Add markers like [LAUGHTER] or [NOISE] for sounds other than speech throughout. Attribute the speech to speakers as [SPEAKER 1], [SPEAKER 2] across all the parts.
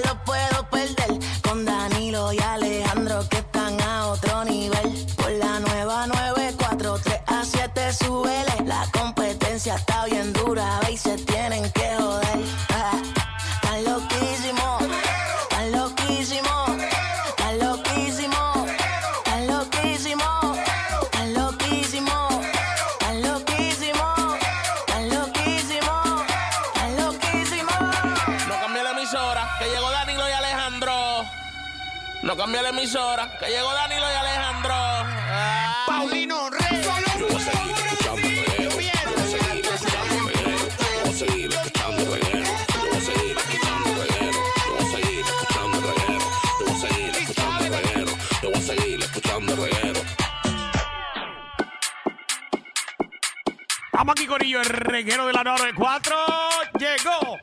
[SPEAKER 1] lo puedo perder. Con Danilo y Alejandro que están a otro nivel. Por la nueva 943 a 7 súbele. La competencia está bien dura ve, y se tienen que joder. Ah, Están loquísimos, están loquísimos, están loquísimos, están loquísimos, están loquísimos, están loquísimos, están loquísimos, están loquísimos.
[SPEAKER 2] No cambia la emisora, que llegó Danilo y Alejandro. No cambia la emisora, que llegó Danilo y Alejandro. Ah. Paulino Rey.
[SPEAKER 3] Vamos aquí, Corillo, el reguero de la 94 llegó.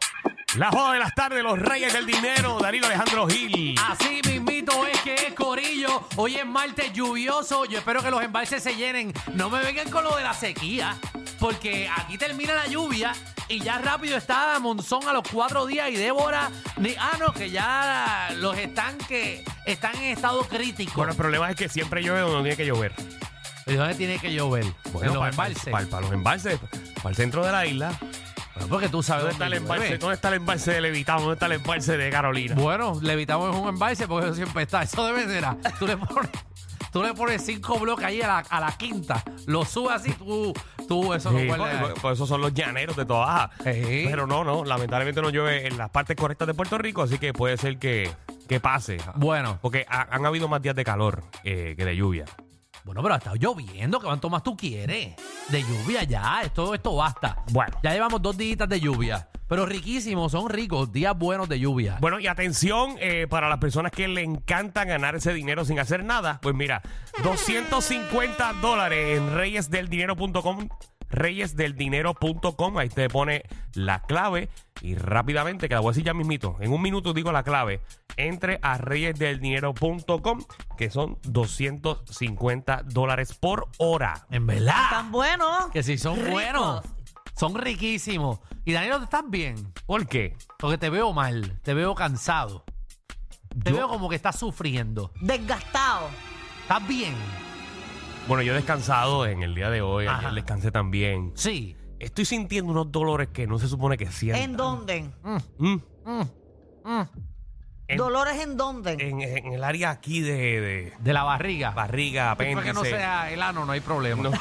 [SPEAKER 3] La joda de las tardes, los reyes del dinero, Danilo Alejandro Gil.
[SPEAKER 4] Así mismito es que es Corillo. Hoy es martes lluvioso. Yo espero que los embalses se llenen. No me vengan con lo de la sequía. Porque aquí termina la lluvia y ya rápido está Monzón a los cuatro días y Débora. Ni, ah, no, que ya los estanques están en estado crítico.
[SPEAKER 3] Bueno, el problema es que siempre llueve donde no tiene que llover.
[SPEAKER 4] ¿Y dónde tiene que llover?
[SPEAKER 3] Bueno,
[SPEAKER 4] en los
[SPEAKER 3] para-
[SPEAKER 4] embalses.
[SPEAKER 3] Para, para los embalses, para el centro de la isla.
[SPEAKER 4] Bueno, porque tú sabes
[SPEAKER 3] ¿Dónde está el
[SPEAKER 4] dónde
[SPEAKER 3] embalse?
[SPEAKER 4] llueve.
[SPEAKER 3] ¿Dónde está el embalse de Levitado? ¿Dónde está el embalse de Carolina?
[SPEAKER 4] Bueno, Levitamos es un embalse porque eso siempre está. Eso debe ser. ah, Tú le pones, tú le pones cinco bloques ahí a la, a la quinta. Lo subes así, tú, tú, eso
[SPEAKER 3] Sí,
[SPEAKER 4] no
[SPEAKER 3] por-
[SPEAKER 4] guarda.
[SPEAKER 3] por- por eso son los llaneros de toda baja.
[SPEAKER 4] Sí.
[SPEAKER 3] Pero no, no, lamentablemente no llueve en las partes correctas de Puerto Rico, así que puede ser que, que pase.
[SPEAKER 4] Bueno,
[SPEAKER 3] Porque ha- han habido más días de calor eh, que de lluvia.
[SPEAKER 4] bueno, pero ha estado lloviendo. que cuánto más tú quieres? De lluvia ya, esto, esto basta.
[SPEAKER 3] Bueno.
[SPEAKER 4] Ya llevamos dos días de lluvia. Pero riquísimos, son ricos, días buenos de lluvia.
[SPEAKER 3] Bueno, y atención eh, para las personas que le encanta ganar ese dinero sin hacer nada. Pues mira, 250 dólares en reyesdeldinero.com. Reyesdeldinero.com. Ahí te pone la clave y rápidamente, que la voy a decir ya mismito. En un minuto digo la clave. Entre a reyesdeldinero.com, que son 250 dólares por hora.
[SPEAKER 4] En verdad.
[SPEAKER 5] Tan bueno.
[SPEAKER 4] que si son
[SPEAKER 5] ricos.
[SPEAKER 4] buenos, son riquísimos. Y Danilo, ¿te estás bien?
[SPEAKER 3] ¿Por qué?
[SPEAKER 4] Porque te veo mal, te veo cansado. Te
[SPEAKER 3] Yo-
[SPEAKER 4] veo como que estás sufriendo.
[SPEAKER 5] Desgastado.
[SPEAKER 4] ¿Estás bien?
[SPEAKER 3] Bueno, yo he descansado en el día de hoy. Ayer
[SPEAKER 4] Ajá.
[SPEAKER 3] descansé también.
[SPEAKER 4] Sí.
[SPEAKER 3] Estoy sintiendo unos dolores que no se supone que siento.
[SPEAKER 5] ¿En dónde?
[SPEAKER 3] Mm. En-
[SPEAKER 5] ¿Dolores en dónde?
[SPEAKER 3] en, en el área aquí de, de
[SPEAKER 4] De la barriga.
[SPEAKER 3] barriga,
[SPEAKER 4] Para
[SPEAKER 3] apéndice.
[SPEAKER 4] que no sea el ano, no hay problema.
[SPEAKER 3] No.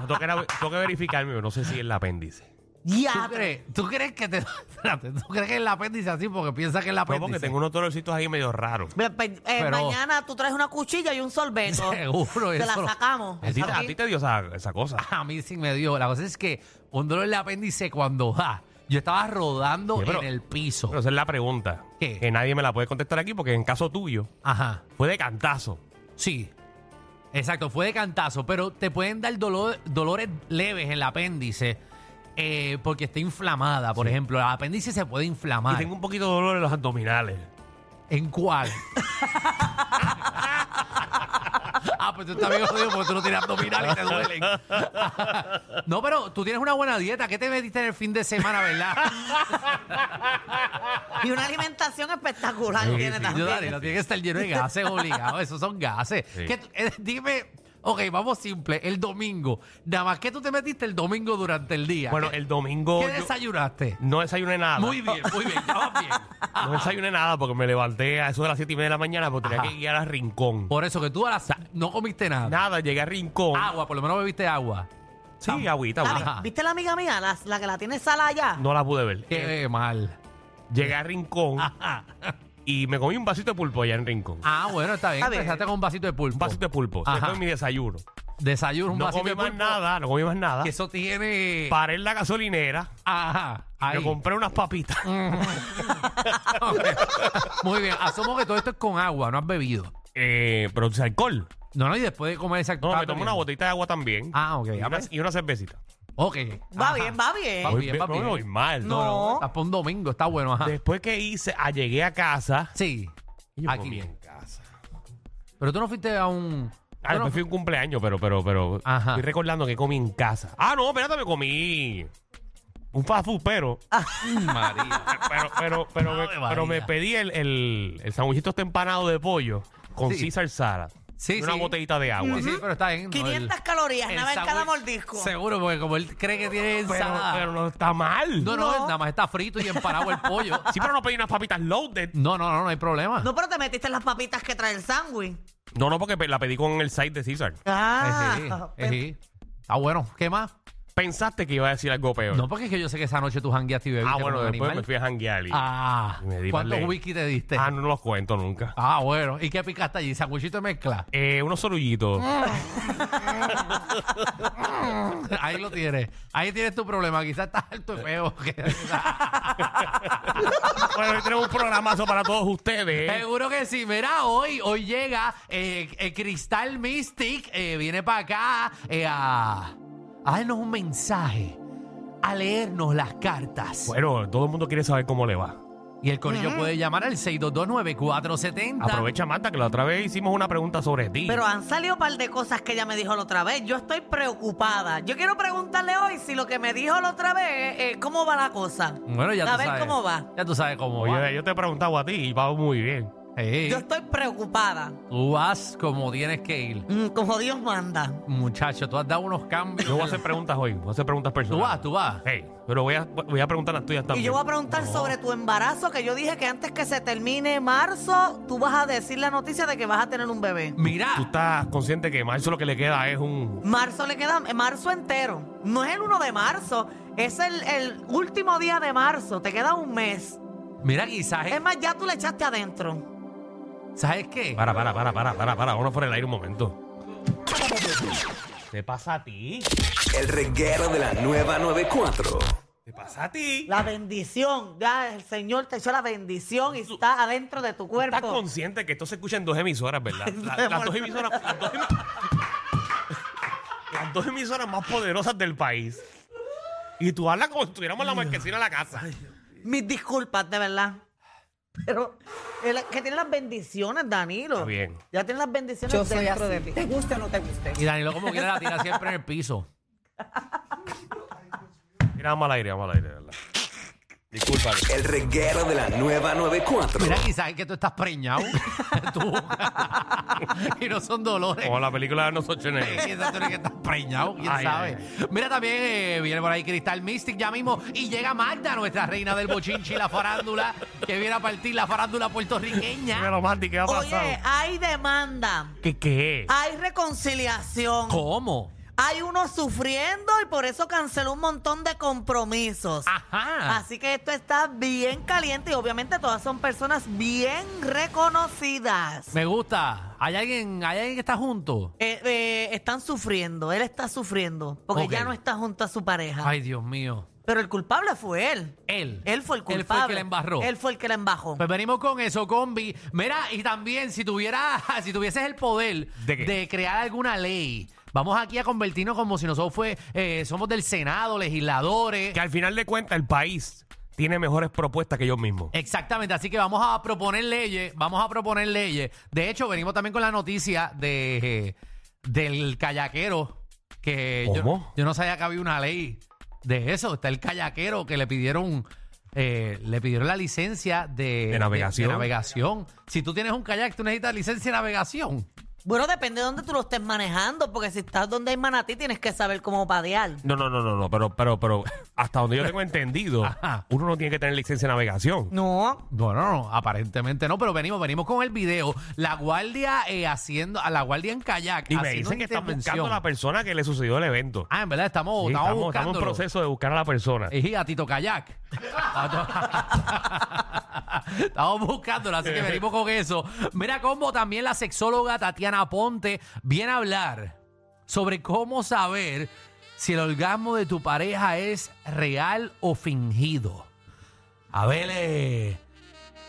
[SPEAKER 3] No, tengo, que, era- tengo que verificarme, pero no sé si es el apéndice.
[SPEAKER 4] ¿Tú,
[SPEAKER 5] Ya.
[SPEAKER 4] crees, tú crees que te... [LAUGHS] espérate, ¿tú crees que es el apéndice así? Porque piensa que es el
[SPEAKER 3] No,
[SPEAKER 4] apéndice.
[SPEAKER 3] porque tengo unos dolorcitos ahí medio raros.
[SPEAKER 5] Ve- pe- eh,
[SPEAKER 4] Pero-
[SPEAKER 5] Mañana tú traes una cuchilla y un sorbeto.
[SPEAKER 4] [LAUGHS] Seguro,
[SPEAKER 5] Te la
[SPEAKER 4] eso lo- [LAUGHS]
[SPEAKER 5] sacamos.
[SPEAKER 3] A ti,
[SPEAKER 4] Eso
[SPEAKER 3] a
[SPEAKER 4] sí.
[SPEAKER 3] ti te dio esa, esa cosa.
[SPEAKER 4] [LAUGHS] A mí sí me dio. La cosa es que un dolor en el apéndice cuando da. Yo estaba rodando
[SPEAKER 3] Sí, pero-
[SPEAKER 4] en el piso.
[SPEAKER 3] Pero esa es la pregunta.
[SPEAKER 4] ¿Qué?
[SPEAKER 3] Que nadie me la puede contestar aquí porque en caso tuyo
[SPEAKER 4] Ajá.
[SPEAKER 3] fue de cantazo.
[SPEAKER 4] Sí. Exacto, fue de cantazo, pero te pueden dar dolor- dolores leves en el apéndice eh, porque está inflamada, por ejemplo. El apéndice se puede inflamar.
[SPEAKER 3] Y tengo un poquito de dolor en los abdominales.
[SPEAKER 4] ¿En cuál? [LAUGHS] ah, pues tú estás bien jodido porque tú no tienes abdominal y
[SPEAKER 3] [LAUGHS]
[SPEAKER 4] te duelen. no, pero tú tienes una buena dieta. ¿Qué te metiste en el fin de semana, verdad?
[SPEAKER 5] Y una alimentación espectacular
[SPEAKER 3] Sí,
[SPEAKER 5] tiene
[SPEAKER 3] sí.
[SPEAKER 4] Yo,
[SPEAKER 5] también. [LAUGHS]
[SPEAKER 4] Dani, no tiene que estar lleno de
[SPEAKER 3] [LAUGHS]
[SPEAKER 4] gases obligado. Esos son gases.
[SPEAKER 3] Sí.
[SPEAKER 4] ¿Qué tú- eh, dime, ok, vamos simple. El domingo. Nada más que tú te metiste el domingo durante el día.
[SPEAKER 3] Bueno,
[SPEAKER 4] ¿Qué,
[SPEAKER 3] el domingo
[SPEAKER 4] qué
[SPEAKER 3] yo
[SPEAKER 4] desayunaste?
[SPEAKER 3] no desayuné nada.
[SPEAKER 4] Muy bien, muy bien. Ya vas bien.
[SPEAKER 3] No desayuné nada porque me levanté a eso de las siete y media de la mañana porque tenía
[SPEAKER 4] Ajá.
[SPEAKER 3] que guiar a Rincón.
[SPEAKER 4] Por eso que tú a las- no comiste nada.
[SPEAKER 3] Nada, llegué a Rincón.
[SPEAKER 4] Agua, por lo menos bebiste agua.
[SPEAKER 3] sí, agüita,
[SPEAKER 5] La-
[SPEAKER 3] agüita.
[SPEAKER 4] ah. Ajá.
[SPEAKER 5] ¿Viste la amiga mía? La, la que la tiene sala allá.
[SPEAKER 3] Eh. No la pude ver.
[SPEAKER 4] Qué mal.
[SPEAKER 3] Llegué a Rincón y me comí un vasito de pulpo allá en Rincón.
[SPEAKER 4] Ah, bueno, está bien.
[SPEAKER 5] Está bien.
[SPEAKER 4] Empezaste con un vasito de pulpo.
[SPEAKER 3] Un vasito de pulpo. Ese
[SPEAKER 4] Ajá.
[SPEAKER 3] fue mi desayuno.
[SPEAKER 4] Desayuno, un
[SPEAKER 3] No
[SPEAKER 4] vasito
[SPEAKER 3] comí
[SPEAKER 4] de
[SPEAKER 3] más
[SPEAKER 4] pulpo.
[SPEAKER 3] nada, no comí más nada.
[SPEAKER 4] Que eso tiene.
[SPEAKER 3] Paré en la gasolinera,
[SPEAKER 4] Ajá.
[SPEAKER 3] me
[SPEAKER 4] Ahí. [LAUGHS] Mm.
[SPEAKER 3] compré unas papitas.
[SPEAKER 4] Muy bien. Asumo que todo esto es con agua, no has bebido.
[SPEAKER 3] Eh, pero sin alcohol.
[SPEAKER 4] No, no, y después de comer esa
[SPEAKER 3] No,
[SPEAKER 4] estaba
[SPEAKER 3] me tomé
[SPEAKER 4] bebiendo.
[SPEAKER 3] una botellita de agua también.
[SPEAKER 4] Ah, ok.
[SPEAKER 3] Y una, y una cervecita.
[SPEAKER 4] Ok.
[SPEAKER 5] Va
[SPEAKER 4] Ajá.
[SPEAKER 5] bien, va bien.
[SPEAKER 4] Va
[SPEAKER 3] Hoy
[SPEAKER 4] bien,
[SPEAKER 3] ve-
[SPEAKER 4] va
[SPEAKER 3] no
[SPEAKER 4] bien.
[SPEAKER 3] me voy mal.
[SPEAKER 5] No.
[SPEAKER 4] Está para un domingo, está bueno, ajá.
[SPEAKER 3] Después que hice, ah, llegué a casa.
[SPEAKER 4] Sí.
[SPEAKER 3] y yo
[SPEAKER 4] Aquí.
[SPEAKER 3] comí en casa.
[SPEAKER 4] Pero tú no fuiste a un.
[SPEAKER 3] Ah,
[SPEAKER 4] tú no
[SPEAKER 3] después fui a un cumpleaños, pero, pero, pero.
[SPEAKER 4] Ajá.
[SPEAKER 3] Estoy recordando que comí en casa. Ah, no, espérate, me comí. Un fast food, pero.
[SPEAKER 4] fu- María.
[SPEAKER 3] Pero, pero, pero, me,
[SPEAKER 4] Ave María.
[SPEAKER 3] pero me pedí el, el, el sanguchito este empanado de pollo con
[SPEAKER 4] Sí.
[SPEAKER 3] Caesar salad.
[SPEAKER 4] Sí,
[SPEAKER 3] y una
[SPEAKER 4] sí.
[SPEAKER 3] botellita de agua.
[SPEAKER 4] [LAUGHS] Sí, sí, pero está bien. no, el-
[SPEAKER 5] 500 calorías,
[SPEAKER 4] el
[SPEAKER 5] nada en cada
[SPEAKER 4] sándwich-
[SPEAKER 5] mordisco.
[SPEAKER 4] Seguro, porque como él cree que tiene
[SPEAKER 3] Pero,
[SPEAKER 4] ensalada.
[SPEAKER 3] pero no está mal.
[SPEAKER 4] no, no,
[SPEAKER 5] No.
[SPEAKER 4] nada más está frito y empanado el pollo.
[SPEAKER 3] Sí, pero no pedí unas papitas loaded.
[SPEAKER 4] No, no, no, no hay problema. Eh,
[SPEAKER 5] No, pero te metiste en las papitas que trae el sándwich.
[SPEAKER 3] No, no, porque pe- la pedí con el side de Caesar.
[SPEAKER 4] Ejí,
[SPEAKER 5] Ah,
[SPEAKER 4] ejí. Ah, bueno, ¿qué más?
[SPEAKER 3] Pensaste que iba a decir algo peor.
[SPEAKER 4] No, porque es que yo sé que esa noche tú jangueaste y bebiste
[SPEAKER 3] ah,
[SPEAKER 4] como
[SPEAKER 3] bueno,
[SPEAKER 4] un
[SPEAKER 3] después
[SPEAKER 4] animal.
[SPEAKER 3] me fui a janguear y...
[SPEAKER 4] Ah,
[SPEAKER 3] y me di
[SPEAKER 4] ¿cuántos
[SPEAKER 3] vale.
[SPEAKER 4] whisky te diste?
[SPEAKER 3] Ah, no los cuento nunca.
[SPEAKER 4] Ah, bueno, ¿y qué picaste allí? ¿Sanguchito de mezcla? [LAUGHS]
[SPEAKER 3] Eh, unos sorullitos.
[SPEAKER 4] Ahí lo tienes. Ahí tienes tu problema. Quizás estás alto y feo. [LAUGHS]
[SPEAKER 3] [LAUGHS] bueno, hoy tenemos un programazo para todos ustedes.
[SPEAKER 4] Seguro que sí. Mira, hoy, hoy llega eh, eh, Cristal Mystic, eh, viene para acá eh, a, a darnos un mensaje, a leernos las cartas.
[SPEAKER 3] Bueno, todo el mundo quiere saber cómo le va.
[SPEAKER 4] Y el corillo puede llamar al 6229470.
[SPEAKER 3] Aprovecha, Marta, que la otra vez hicimos una pregunta sobre ti.
[SPEAKER 5] Pero han salido un par de cosas que ella me dijo la otra vez. Yo estoy preocupada. Yo quiero preguntarle hoy si lo que me dijo la otra vez, eh, ¿cómo va la cosa?
[SPEAKER 4] Bueno, ya
[SPEAKER 5] A
[SPEAKER 4] tú
[SPEAKER 5] ver
[SPEAKER 4] sabes.
[SPEAKER 5] cómo va.
[SPEAKER 4] Ya tú sabes cómo va.
[SPEAKER 3] Oye, yo te he preguntado a ti y va muy bien.
[SPEAKER 4] Sí.
[SPEAKER 5] Yo estoy preocupada,
[SPEAKER 4] Tú vas como tienes que ir.
[SPEAKER 5] Mm, como Dios manda.
[SPEAKER 4] Muchacho, tú has dado unos cambios.
[SPEAKER 3] Yo voy a hacer preguntas hoy, voy a hacer preguntas
[SPEAKER 4] Tú vas,
[SPEAKER 3] personales.
[SPEAKER 4] tú vas.
[SPEAKER 3] Hey, pero voy a, voy a preguntar las tuyas
[SPEAKER 5] Y
[SPEAKER 3] también.
[SPEAKER 5] yo voy a preguntar sobre tu embarazo, que yo dije que antes que se termine marzo, tú vas a decir la noticia de que vas a tener un bebé.
[SPEAKER 3] ¿Tú
[SPEAKER 4] Mira,
[SPEAKER 3] estás consciente que Marzo lo que le queda es un...
[SPEAKER 5] Marzo le queda, eh, marzo entero. No es el 1 de marzo, es el, el último día de marzo, te queda un mes.
[SPEAKER 4] mira, quizás.
[SPEAKER 5] Es más, ya tú le echaste adentro.
[SPEAKER 4] ¿Sabes qué?
[SPEAKER 3] Para, para, para, para, para, para. Vámonos por el aire un momento. ¿Te pasa a ti?
[SPEAKER 6] El reguero de la nueva 94.
[SPEAKER 3] ¿Te pasa a ti?
[SPEAKER 5] La bendición, ya el Señor te echó la bendición y está adentro de tu
[SPEAKER 3] Estás
[SPEAKER 5] cuerpo.
[SPEAKER 3] consciente que esto se escucha en dos emisoras, ¿verdad? La- las dos emisoras... Las dos, emi- las dos emisoras más poderosas del país. Y tú hablas como si tuviéramos la marquesina de la casa.
[SPEAKER 5] Mis disculpas, de verdad. Pero el- que tiene las bendiciones, Danilo.
[SPEAKER 3] Está bien.
[SPEAKER 5] Ya tiene las bendiciones
[SPEAKER 7] Yo soy
[SPEAKER 5] dentro de
[SPEAKER 7] así.
[SPEAKER 5] ti.
[SPEAKER 7] ¿Te guste o no te guste?
[SPEAKER 4] Y Danilo como quiera la tira siempre en el piso.
[SPEAKER 3] Mira, vamos al aire, vamos al aire, ¿verdad? Disculpa.
[SPEAKER 6] El reguero de la nueva 94.
[SPEAKER 4] Mira, quizás es que tú estás preñado. [LAUGHS] tú. y no son dolores.
[SPEAKER 3] Como la película de nosotros en
[SPEAKER 4] [LAUGHS]
[SPEAKER 3] el...
[SPEAKER 4] Quizás tú eres que estás preñado, quién
[SPEAKER 3] Ay,
[SPEAKER 4] sabe.
[SPEAKER 3] ay,
[SPEAKER 4] Mira, también eh, viene por ahí Cristal Mystic ya mismo. Y llega Magda, nuestra reina del bochinchi y la farándula, que viene a partir la farándula puertorriqueña.
[SPEAKER 3] Dímelo, Marty, ¿qué ha pasado?
[SPEAKER 4] ah.
[SPEAKER 5] Oye, hay demanda,
[SPEAKER 3] ¿Qué qué?
[SPEAKER 5] hay reconciliación,
[SPEAKER 4] ¿Cómo?
[SPEAKER 5] hay uno sufriendo y por eso canceló un montón de compromisos.
[SPEAKER 3] Ah,
[SPEAKER 4] Ajá.
[SPEAKER 5] Así que esto está bien caliente y obviamente todas son personas bien reconocidas.
[SPEAKER 4] Me gusta. ¿Hay alguien, ¿Hay alguien que está junto?
[SPEAKER 5] Eh, eh, están sufriendo, él está sufriendo porque
[SPEAKER 4] Ok.
[SPEAKER 5] ya no está junto a su pareja.
[SPEAKER 4] Ay, Dios mío.
[SPEAKER 5] Pero el culpable fue él.
[SPEAKER 4] Él.
[SPEAKER 5] Él fue el culpable.
[SPEAKER 4] Él fue el que la embarró.
[SPEAKER 5] Él fue el que la embajó.
[SPEAKER 4] Pues venimos con eso, combi. Mira, y también si tuviera, [LAUGHS] si tuvieses el poder
[SPEAKER 3] ¿De qué?
[SPEAKER 4] crear alguna ley, vamos aquí a convertirnos como si nosotros fue, eh, somos del Senado, legisladores.
[SPEAKER 3] Que al final de cuentas el país tiene mejores propuestas que yo mismo.
[SPEAKER 4] Eh. Exactamente, así que vamos a proponer leyes, vamos a proponer leyes. De hecho, venimos también con la noticia de eh, del kayaquero que yo-
[SPEAKER 3] ¿Cómo?
[SPEAKER 4] Yo, no sabía que había una ley de eso. Está el kayaquero que le pidieron eh, le pidieron la licencia de,
[SPEAKER 3] De navegación.
[SPEAKER 4] de navegación. Si tú tienes un kayak, tú necesitas licencia de navegación.
[SPEAKER 5] Bueno, depende de dónde tú lo estés manejando, porque si estás donde hay manatí tienes que saber cómo padear.
[SPEAKER 3] No, no, no, no, no, pero, pero, pero, hasta donde yo tengo entendido,
[SPEAKER 4] [LAUGHS] Ajá.
[SPEAKER 3] uno no tiene que tener licencia de navegación.
[SPEAKER 5] No,
[SPEAKER 4] Bueno, no, aparentemente no, pero venimos, venimos con el video. La guardia eh, haciendo, a la guardia en kayak.
[SPEAKER 3] Y me
[SPEAKER 4] haciendo
[SPEAKER 3] dicen que están buscando
[SPEAKER 4] intervención.
[SPEAKER 3] a la persona que le sucedió el evento.
[SPEAKER 4] Ah, en verdad, estamos,
[SPEAKER 3] Sí,
[SPEAKER 4] estamos,
[SPEAKER 3] estamos, estamos en
[SPEAKER 4] buscándolo. Eh,
[SPEAKER 3] proceso de buscar a la persona.
[SPEAKER 4] Ejí, a Tito Kayak. A to- [LAUGHS] Estamos buscándolo, así que venimos con eso. Mira cómo también la sexóloga Tatiana Ponte viene a hablar sobre cómo saber si el orgasmo de tu pareja es real o fingido. A ver, eh,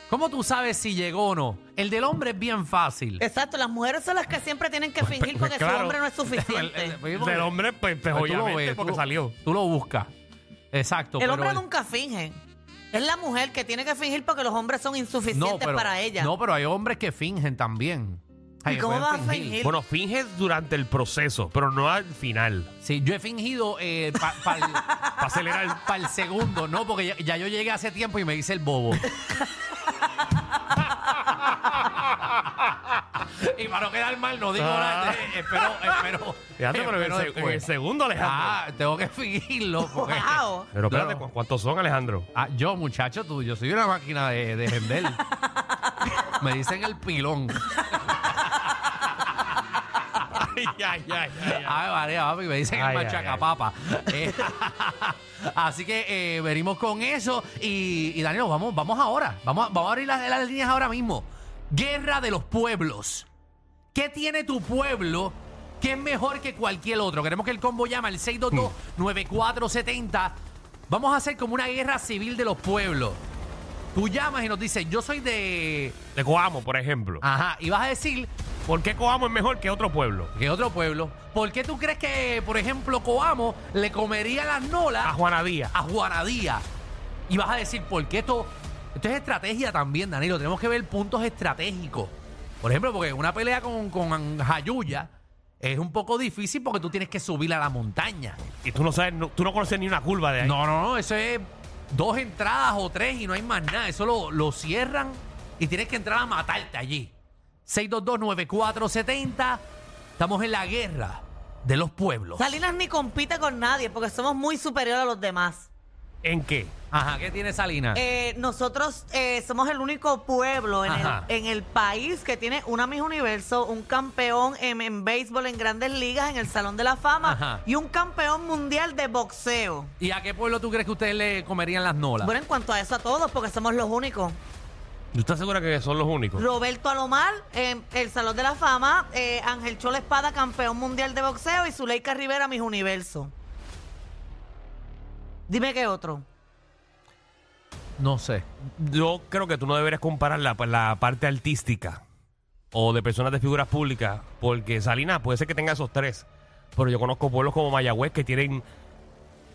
[SPEAKER 4] ¿cómo tú sabes si llegó o no? El del hombre es bien fácil.
[SPEAKER 5] exacto. Las mujeres son las que siempre tienen que fingir
[SPEAKER 3] pues,
[SPEAKER 5] porque
[SPEAKER 3] claro.
[SPEAKER 5] su
[SPEAKER 4] [LAUGHS]
[SPEAKER 5] hombre no es
[SPEAKER 4] El- el-
[SPEAKER 5] suficiente.
[SPEAKER 4] el- el-
[SPEAKER 3] Del hombre, pues, pues,
[SPEAKER 4] eh, tú lo
[SPEAKER 3] obviamente,
[SPEAKER 4] ves, tú
[SPEAKER 3] porque
[SPEAKER 4] lo-
[SPEAKER 3] salió.
[SPEAKER 4] Tú lo buscas. Exacto.
[SPEAKER 5] El
[SPEAKER 4] pero
[SPEAKER 5] hombre
[SPEAKER 4] el-
[SPEAKER 5] nunca finge. Es la mujer que tiene que fingir porque los hombres son insuficientes para ella.
[SPEAKER 4] No, pero hay hombres que fingen también.
[SPEAKER 5] ¿Y
[SPEAKER 4] Ay, que
[SPEAKER 5] cómo
[SPEAKER 4] pueden
[SPEAKER 5] vas a fingir?
[SPEAKER 3] Bueno, finges durante el proceso, pero no al final.
[SPEAKER 4] Sí, yo he fingido eh, para
[SPEAKER 5] [LAUGHS]
[SPEAKER 3] Para
[SPEAKER 4] [LAUGHS]
[SPEAKER 3] acelerar.
[SPEAKER 4] el segundo, no, porque ya, ya yo llegué hace tiempo y me hice el bobo. y para no quedar mal, no digo
[SPEAKER 3] Ah.
[SPEAKER 4] nada. eh, Espero, espero.
[SPEAKER 3] Fíjate, pero en
[SPEAKER 4] espero
[SPEAKER 3] el, se- en el
[SPEAKER 4] después.
[SPEAKER 3] segundo, Alejandro.
[SPEAKER 4] Ah, tengo que fingirlo. porque-
[SPEAKER 5] Wow.
[SPEAKER 3] pero espérate,
[SPEAKER 4] No, no.
[SPEAKER 3] ¿cu- ¿cuántos son,
[SPEAKER 4] [LAUGHS]
[SPEAKER 3] Alejandro?
[SPEAKER 4] Ah, yo, muchacho, tú, yo soy una máquina de,
[SPEAKER 5] [LAUGHS]
[SPEAKER 4] de gender. me dicen el pilón.
[SPEAKER 3] ay, ay, ay, ay, ay.
[SPEAKER 4] Ay, María, Ah, papi, me dicen
[SPEAKER 3] Ay,
[SPEAKER 4] el
[SPEAKER 3] ay,
[SPEAKER 4] machacapapa. [LAUGHS] Eh, así que eh, venimos con eso. Y, y Danilo, vamos, vamos ahora. Vamos, a- vamos a abrir las, las líneas ahora mismo. Guerra de los pueblos. ¿Qué tiene tu pueblo que es mejor que cualquier otro? Queremos que el combo llame al
[SPEAKER 3] Mm.
[SPEAKER 4] 622-9470. Vamos a hacer como una guerra civil de los pueblos. Tú llamas y nos dices, yo soy de...
[SPEAKER 3] De Coamo, por ejemplo.
[SPEAKER 4] Ajá, y vas a decir
[SPEAKER 3] ¿Por qué Coamo es mejor que otro pueblo?
[SPEAKER 4] que otro pueblo. ¿Por qué tú crees que, por ejemplo, Coamo le comería las nolas
[SPEAKER 3] A
[SPEAKER 4] a,
[SPEAKER 3] Juana Díaz.
[SPEAKER 4] Juanadía? Y vas a decir, ¿por qué esto? Esto es estrategia también, Danilo. Tenemos que ver puntos estratégicos. Por ejemplo, porque una pelea con, con Jayuya es un poco difícil porque tú tienes que subir a la montaña.
[SPEAKER 3] Y tú no sabes, no- tú no conoces ni una curva de ahí.
[SPEAKER 4] No, no, no, eso es dos entradas o tres y no hay más nada. Eso lo, lo cierran y tienes que entrar a matarte allí. 6229470. Estamos en la guerra de los pueblos.
[SPEAKER 5] Salinas ni compite con nadie porque somos muy superiores a los demás.
[SPEAKER 3] ¿En qué?
[SPEAKER 4] Ajá, ¿qué tiene Salina?
[SPEAKER 5] Eh, nosotros eh, somos el único pueblo en el,
[SPEAKER 4] Ajá.
[SPEAKER 5] en el país que tiene una Miss Universo, un campeón en, en béisbol en grandes ligas, en el Salón de la Fama
[SPEAKER 4] Ajá.
[SPEAKER 5] y un campeón mundial de boxeo.
[SPEAKER 4] ¿Y a qué pueblo tú crees que ustedes le comerían las nolas?
[SPEAKER 5] Bueno, en cuanto a eso, a todos, porque somos los únicos.
[SPEAKER 3] ¿Tú estás segura que son los únicos?
[SPEAKER 5] Roberto Alomar, en el Salón de la Fama, eh, Ángel Chola Espada, campeón mundial de boxeo, y Zuleika Rivera, Miss Universo. Dime qué otro.
[SPEAKER 4] no sé.
[SPEAKER 3] Yo creo que tú no deberías comparar la, la parte artística o de personas de figuras públicas, porque Salinas puede ser que tenga esos tres, pero yo conozco pueblos como Mayagüez que tienen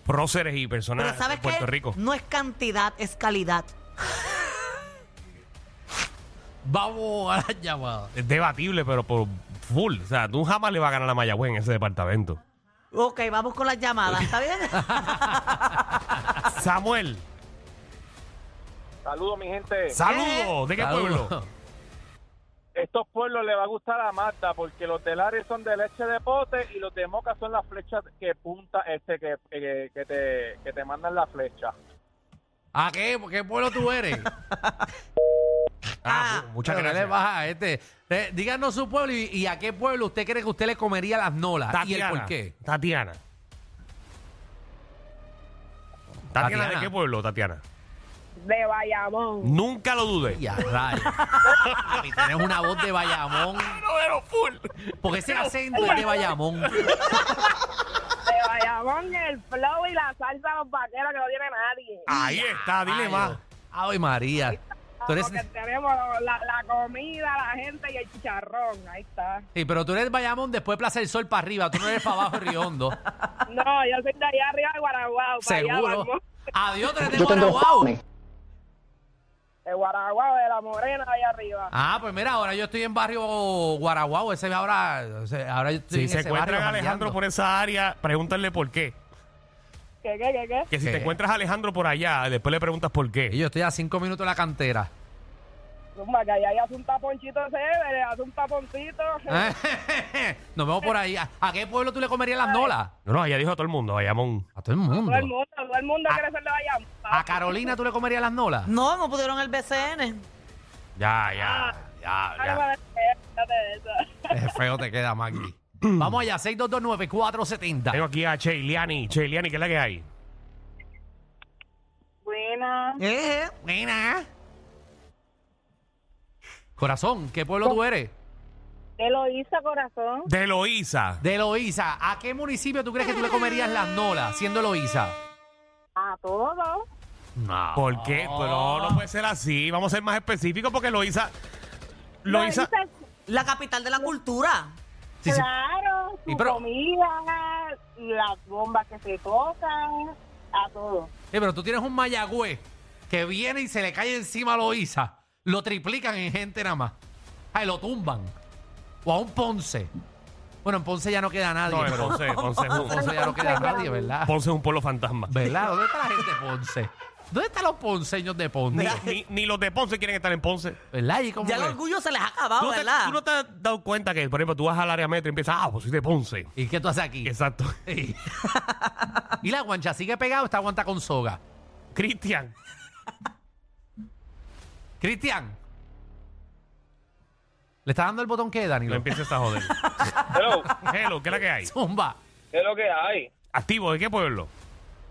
[SPEAKER 3] próceres y personas
[SPEAKER 5] Pero
[SPEAKER 3] de
[SPEAKER 5] ¿sabes
[SPEAKER 3] Puerto
[SPEAKER 5] qué?
[SPEAKER 3] Rico.
[SPEAKER 5] No es cantidad, es calidad.
[SPEAKER 4] Vamos a la llamada.
[SPEAKER 3] Es debatible, pero por full. O sea, tú jamás le vas a ganar a Mayagüez en ese departamento.
[SPEAKER 5] [LAUGHS] Ok, vamos con las llamadas, ¿está bien?
[SPEAKER 3] Samuel,
[SPEAKER 7] Saludos, mi gente.
[SPEAKER 3] saludos. ¿De qué
[SPEAKER 4] Saludos.
[SPEAKER 3] pueblo?
[SPEAKER 7] Estos pueblos le va a gustar a Magda porque los de Lares son de leche de pote y los de Moca son las flechas que punta este que, que, que te, que te mandan la flecha.
[SPEAKER 4] ¿A qué, qué pueblo tú eres?
[SPEAKER 3] Ah, pues, muchas
[SPEAKER 4] Pero, ¿qué
[SPEAKER 3] gracias.
[SPEAKER 4] le pasa a este? Eh, díganos su pueblo y, y a qué pueblo usted cree que usted le comería las nolas. Ah, ¿Y el
[SPEAKER 3] Tatiana.
[SPEAKER 4] por qué?
[SPEAKER 3] Tatiana. Tatiana. ¿de
[SPEAKER 4] Tatiana.
[SPEAKER 3] qué pueblo, Tatiana?
[SPEAKER 8] de Bayamón.
[SPEAKER 3] Nunca lo dudé.
[SPEAKER 4] Y a rayos. Papi, tienes una voz de Bayamón. Porque ese acento es de Bayamón.
[SPEAKER 8] De Bayamón, el flow y la salsa de los vaqueros que no tiene nadie.
[SPEAKER 3] Ahí está, dile
[SPEAKER 4] Ay,
[SPEAKER 3] más.
[SPEAKER 4] Ave María. Tú eres,
[SPEAKER 8] Porque tenemos la, la comida, la gente y el chicharrón. Ahí está.
[SPEAKER 4] sí, pero tú eres Bayamón después de Plaza del Sol para arriba. Tú no eres para abajo, Riondo.
[SPEAKER 8] No, yo soy de allá arriba de Guaraguao. para allá,
[SPEAKER 4] Seguro.
[SPEAKER 8] vamos.
[SPEAKER 4] Adiós, tú eres de Guanajuato.
[SPEAKER 8] De Guaraguao, de la Morena, allá arriba.
[SPEAKER 4] Ah, pues mira, ahora yo estoy en barrio Guaraguao. Ese ahora, ese- ahora yo estoy
[SPEAKER 3] Si
[SPEAKER 4] en
[SPEAKER 3] se
[SPEAKER 4] ese barrio
[SPEAKER 3] encuentran a Alejandro
[SPEAKER 4] jangueando.
[SPEAKER 3] por esa área, pregúntale por qué.
[SPEAKER 8] ¿Qué, qué, qué, qué?
[SPEAKER 3] Que si
[SPEAKER 4] ¿Qué?
[SPEAKER 3] te encuentras a Alejandro por allá, después le preguntas por
[SPEAKER 4] Y
[SPEAKER 3] qué.
[SPEAKER 4] yo estoy a cinco minutos de la cantera.
[SPEAKER 8] Zumba, que ahí ahí hace un taponchito chévere, hace un taponcito.
[SPEAKER 4] [LAUGHS] Ah, Nos vemos por ahí. ¿A, a qué pueblo tú le comerías las nolas?
[SPEAKER 3] No, no, ella dijo a todo el mundo, Bayamón.
[SPEAKER 4] A todo el mundo.
[SPEAKER 8] Todo el mundo, todo el mundo
[SPEAKER 4] Ah.
[SPEAKER 8] quiere ser de Bayamón.
[SPEAKER 4] ¿A Carolina tú le comerías las nolas?
[SPEAKER 5] No, no pudieron el BCN.
[SPEAKER 3] Ya, ya, ya,
[SPEAKER 8] Ay,
[SPEAKER 3] ya.
[SPEAKER 8] madre, fíjate de eso.
[SPEAKER 4] Qué feo te queda, Maggie. Vamos allá, 6229470.
[SPEAKER 3] Tengo aquí a Cheiliani. Cheiliani, ¿qué es la que hay?
[SPEAKER 8] Buena.
[SPEAKER 5] Eh, eh.
[SPEAKER 4] Nena. Corazón, ¿qué pueblo tú eres?
[SPEAKER 8] Te lo hizo, corazón.
[SPEAKER 3] De Loíza.
[SPEAKER 4] De Loíza. ¿A qué municipio tú crees que tú le comerías las nolas siendo Loíza?
[SPEAKER 8] A todos.
[SPEAKER 4] No.
[SPEAKER 3] ¿Por qué? Pero
[SPEAKER 4] Ah.
[SPEAKER 3] no puede ser así. Vamos a ser más específicos porque Loíza. Loíza.
[SPEAKER 5] La capital de la cultura.
[SPEAKER 4] Sí, sí.
[SPEAKER 8] Claro,
[SPEAKER 4] Y
[SPEAKER 8] su
[SPEAKER 4] pero-
[SPEAKER 8] comida, las bombas que se tocan, a todo.
[SPEAKER 4] Eh, pero tú tienes un Mayagüez que viene y se le cae encima a Loíza. Lo triplican en gente nada más. Ay, lo tumban. O a un Ponce. Bueno, en Ponce ya no queda nadie.
[SPEAKER 3] No, en
[SPEAKER 4] pero-
[SPEAKER 3] Ponce, Ponce, es
[SPEAKER 4] en Ponce
[SPEAKER 3] un-
[SPEAKER 4] ya no queda nadie, ¿verdad?
[SPEAKER 3] Ponce es un pueblo fantasma.
[SPEAKER 4] ¿Verdad? ¿Dónde está la gente de Ponce? ¿Dónde están los ponceños de
[SPEAKER 3] Ni,
[SPEAKER 4] Ponce?
[SPEAKER 3] ni- ni los de Ponce quieren estar en Ponce.
[SPEAKER 4] ¿Verdad? ¿Y cómo
[SPEAKER 5] Ya el
[SPEAKER 4] que-
[SPEAKER 5] orgullo se les ha
[SPEAKER 3] ¿Tú
[SPEAKER 5] acabado,
[SPEAKER 3] no, te,
[SPEAKER 5] Ah, ¿verdad?
[SPEAKER 3] tú no te has dado cuenta que, por ejemplo, tú vas al área metro y empiezas, ah, pues soy de Ponce.
[SPEAKER 4] ¿Y qué tú haces aquí?
[SPEAKER 3] Exacto.
[SPEAKER 4] Sí. ¿Y la guancha sigue pegada o está guanta con soga?
[SPEAKER 3] [LAUGHS] Cristian.
[SPEAKER 4] Cristian. ¿Le está dando el botón que,
[SPEAKER 3] No
[SPEAKER 4] Danilo?
[SPEAKER 3] empieces a joder.
[SPEAKER 7] Hello,
[SPEAKER 3] Hello, ¿qué es la que [LAUGHS] hay?
[SPEAKER 4] Zumba.
[SPEAKER 7] ¿qué es lo que hay
[SPEAKER 3] Activo, ¿de qué pueblo?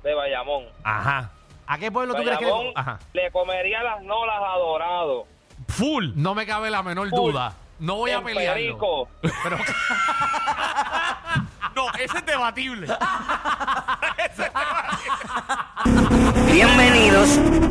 [SPEAKER 7] de Bayamón?
[SPEAKER 3] Ajá.
[SPEAKER 4] ¿A qué pueblo tú crees que
[SPEAKER 7] Bayamón
[SPEAKER 4] le... Ajá.
[SPEAKER 7] le comería las nolas a Dorado.
[SPEAKER 3] Full.
[SPEAKER 4] No me cabe la menor
[SPEAKER 7] Full.
[SPEAKER 4] duda. No voy a
[SPEAKER 7] En
[SPEAKER 4] pelearlo.
[SPEAKER 7] Perico.
[SPEAKER 4] Pero
[SPEAKER 3] No, ese es debatible.
[SPEAKER 1] Bienvenidos a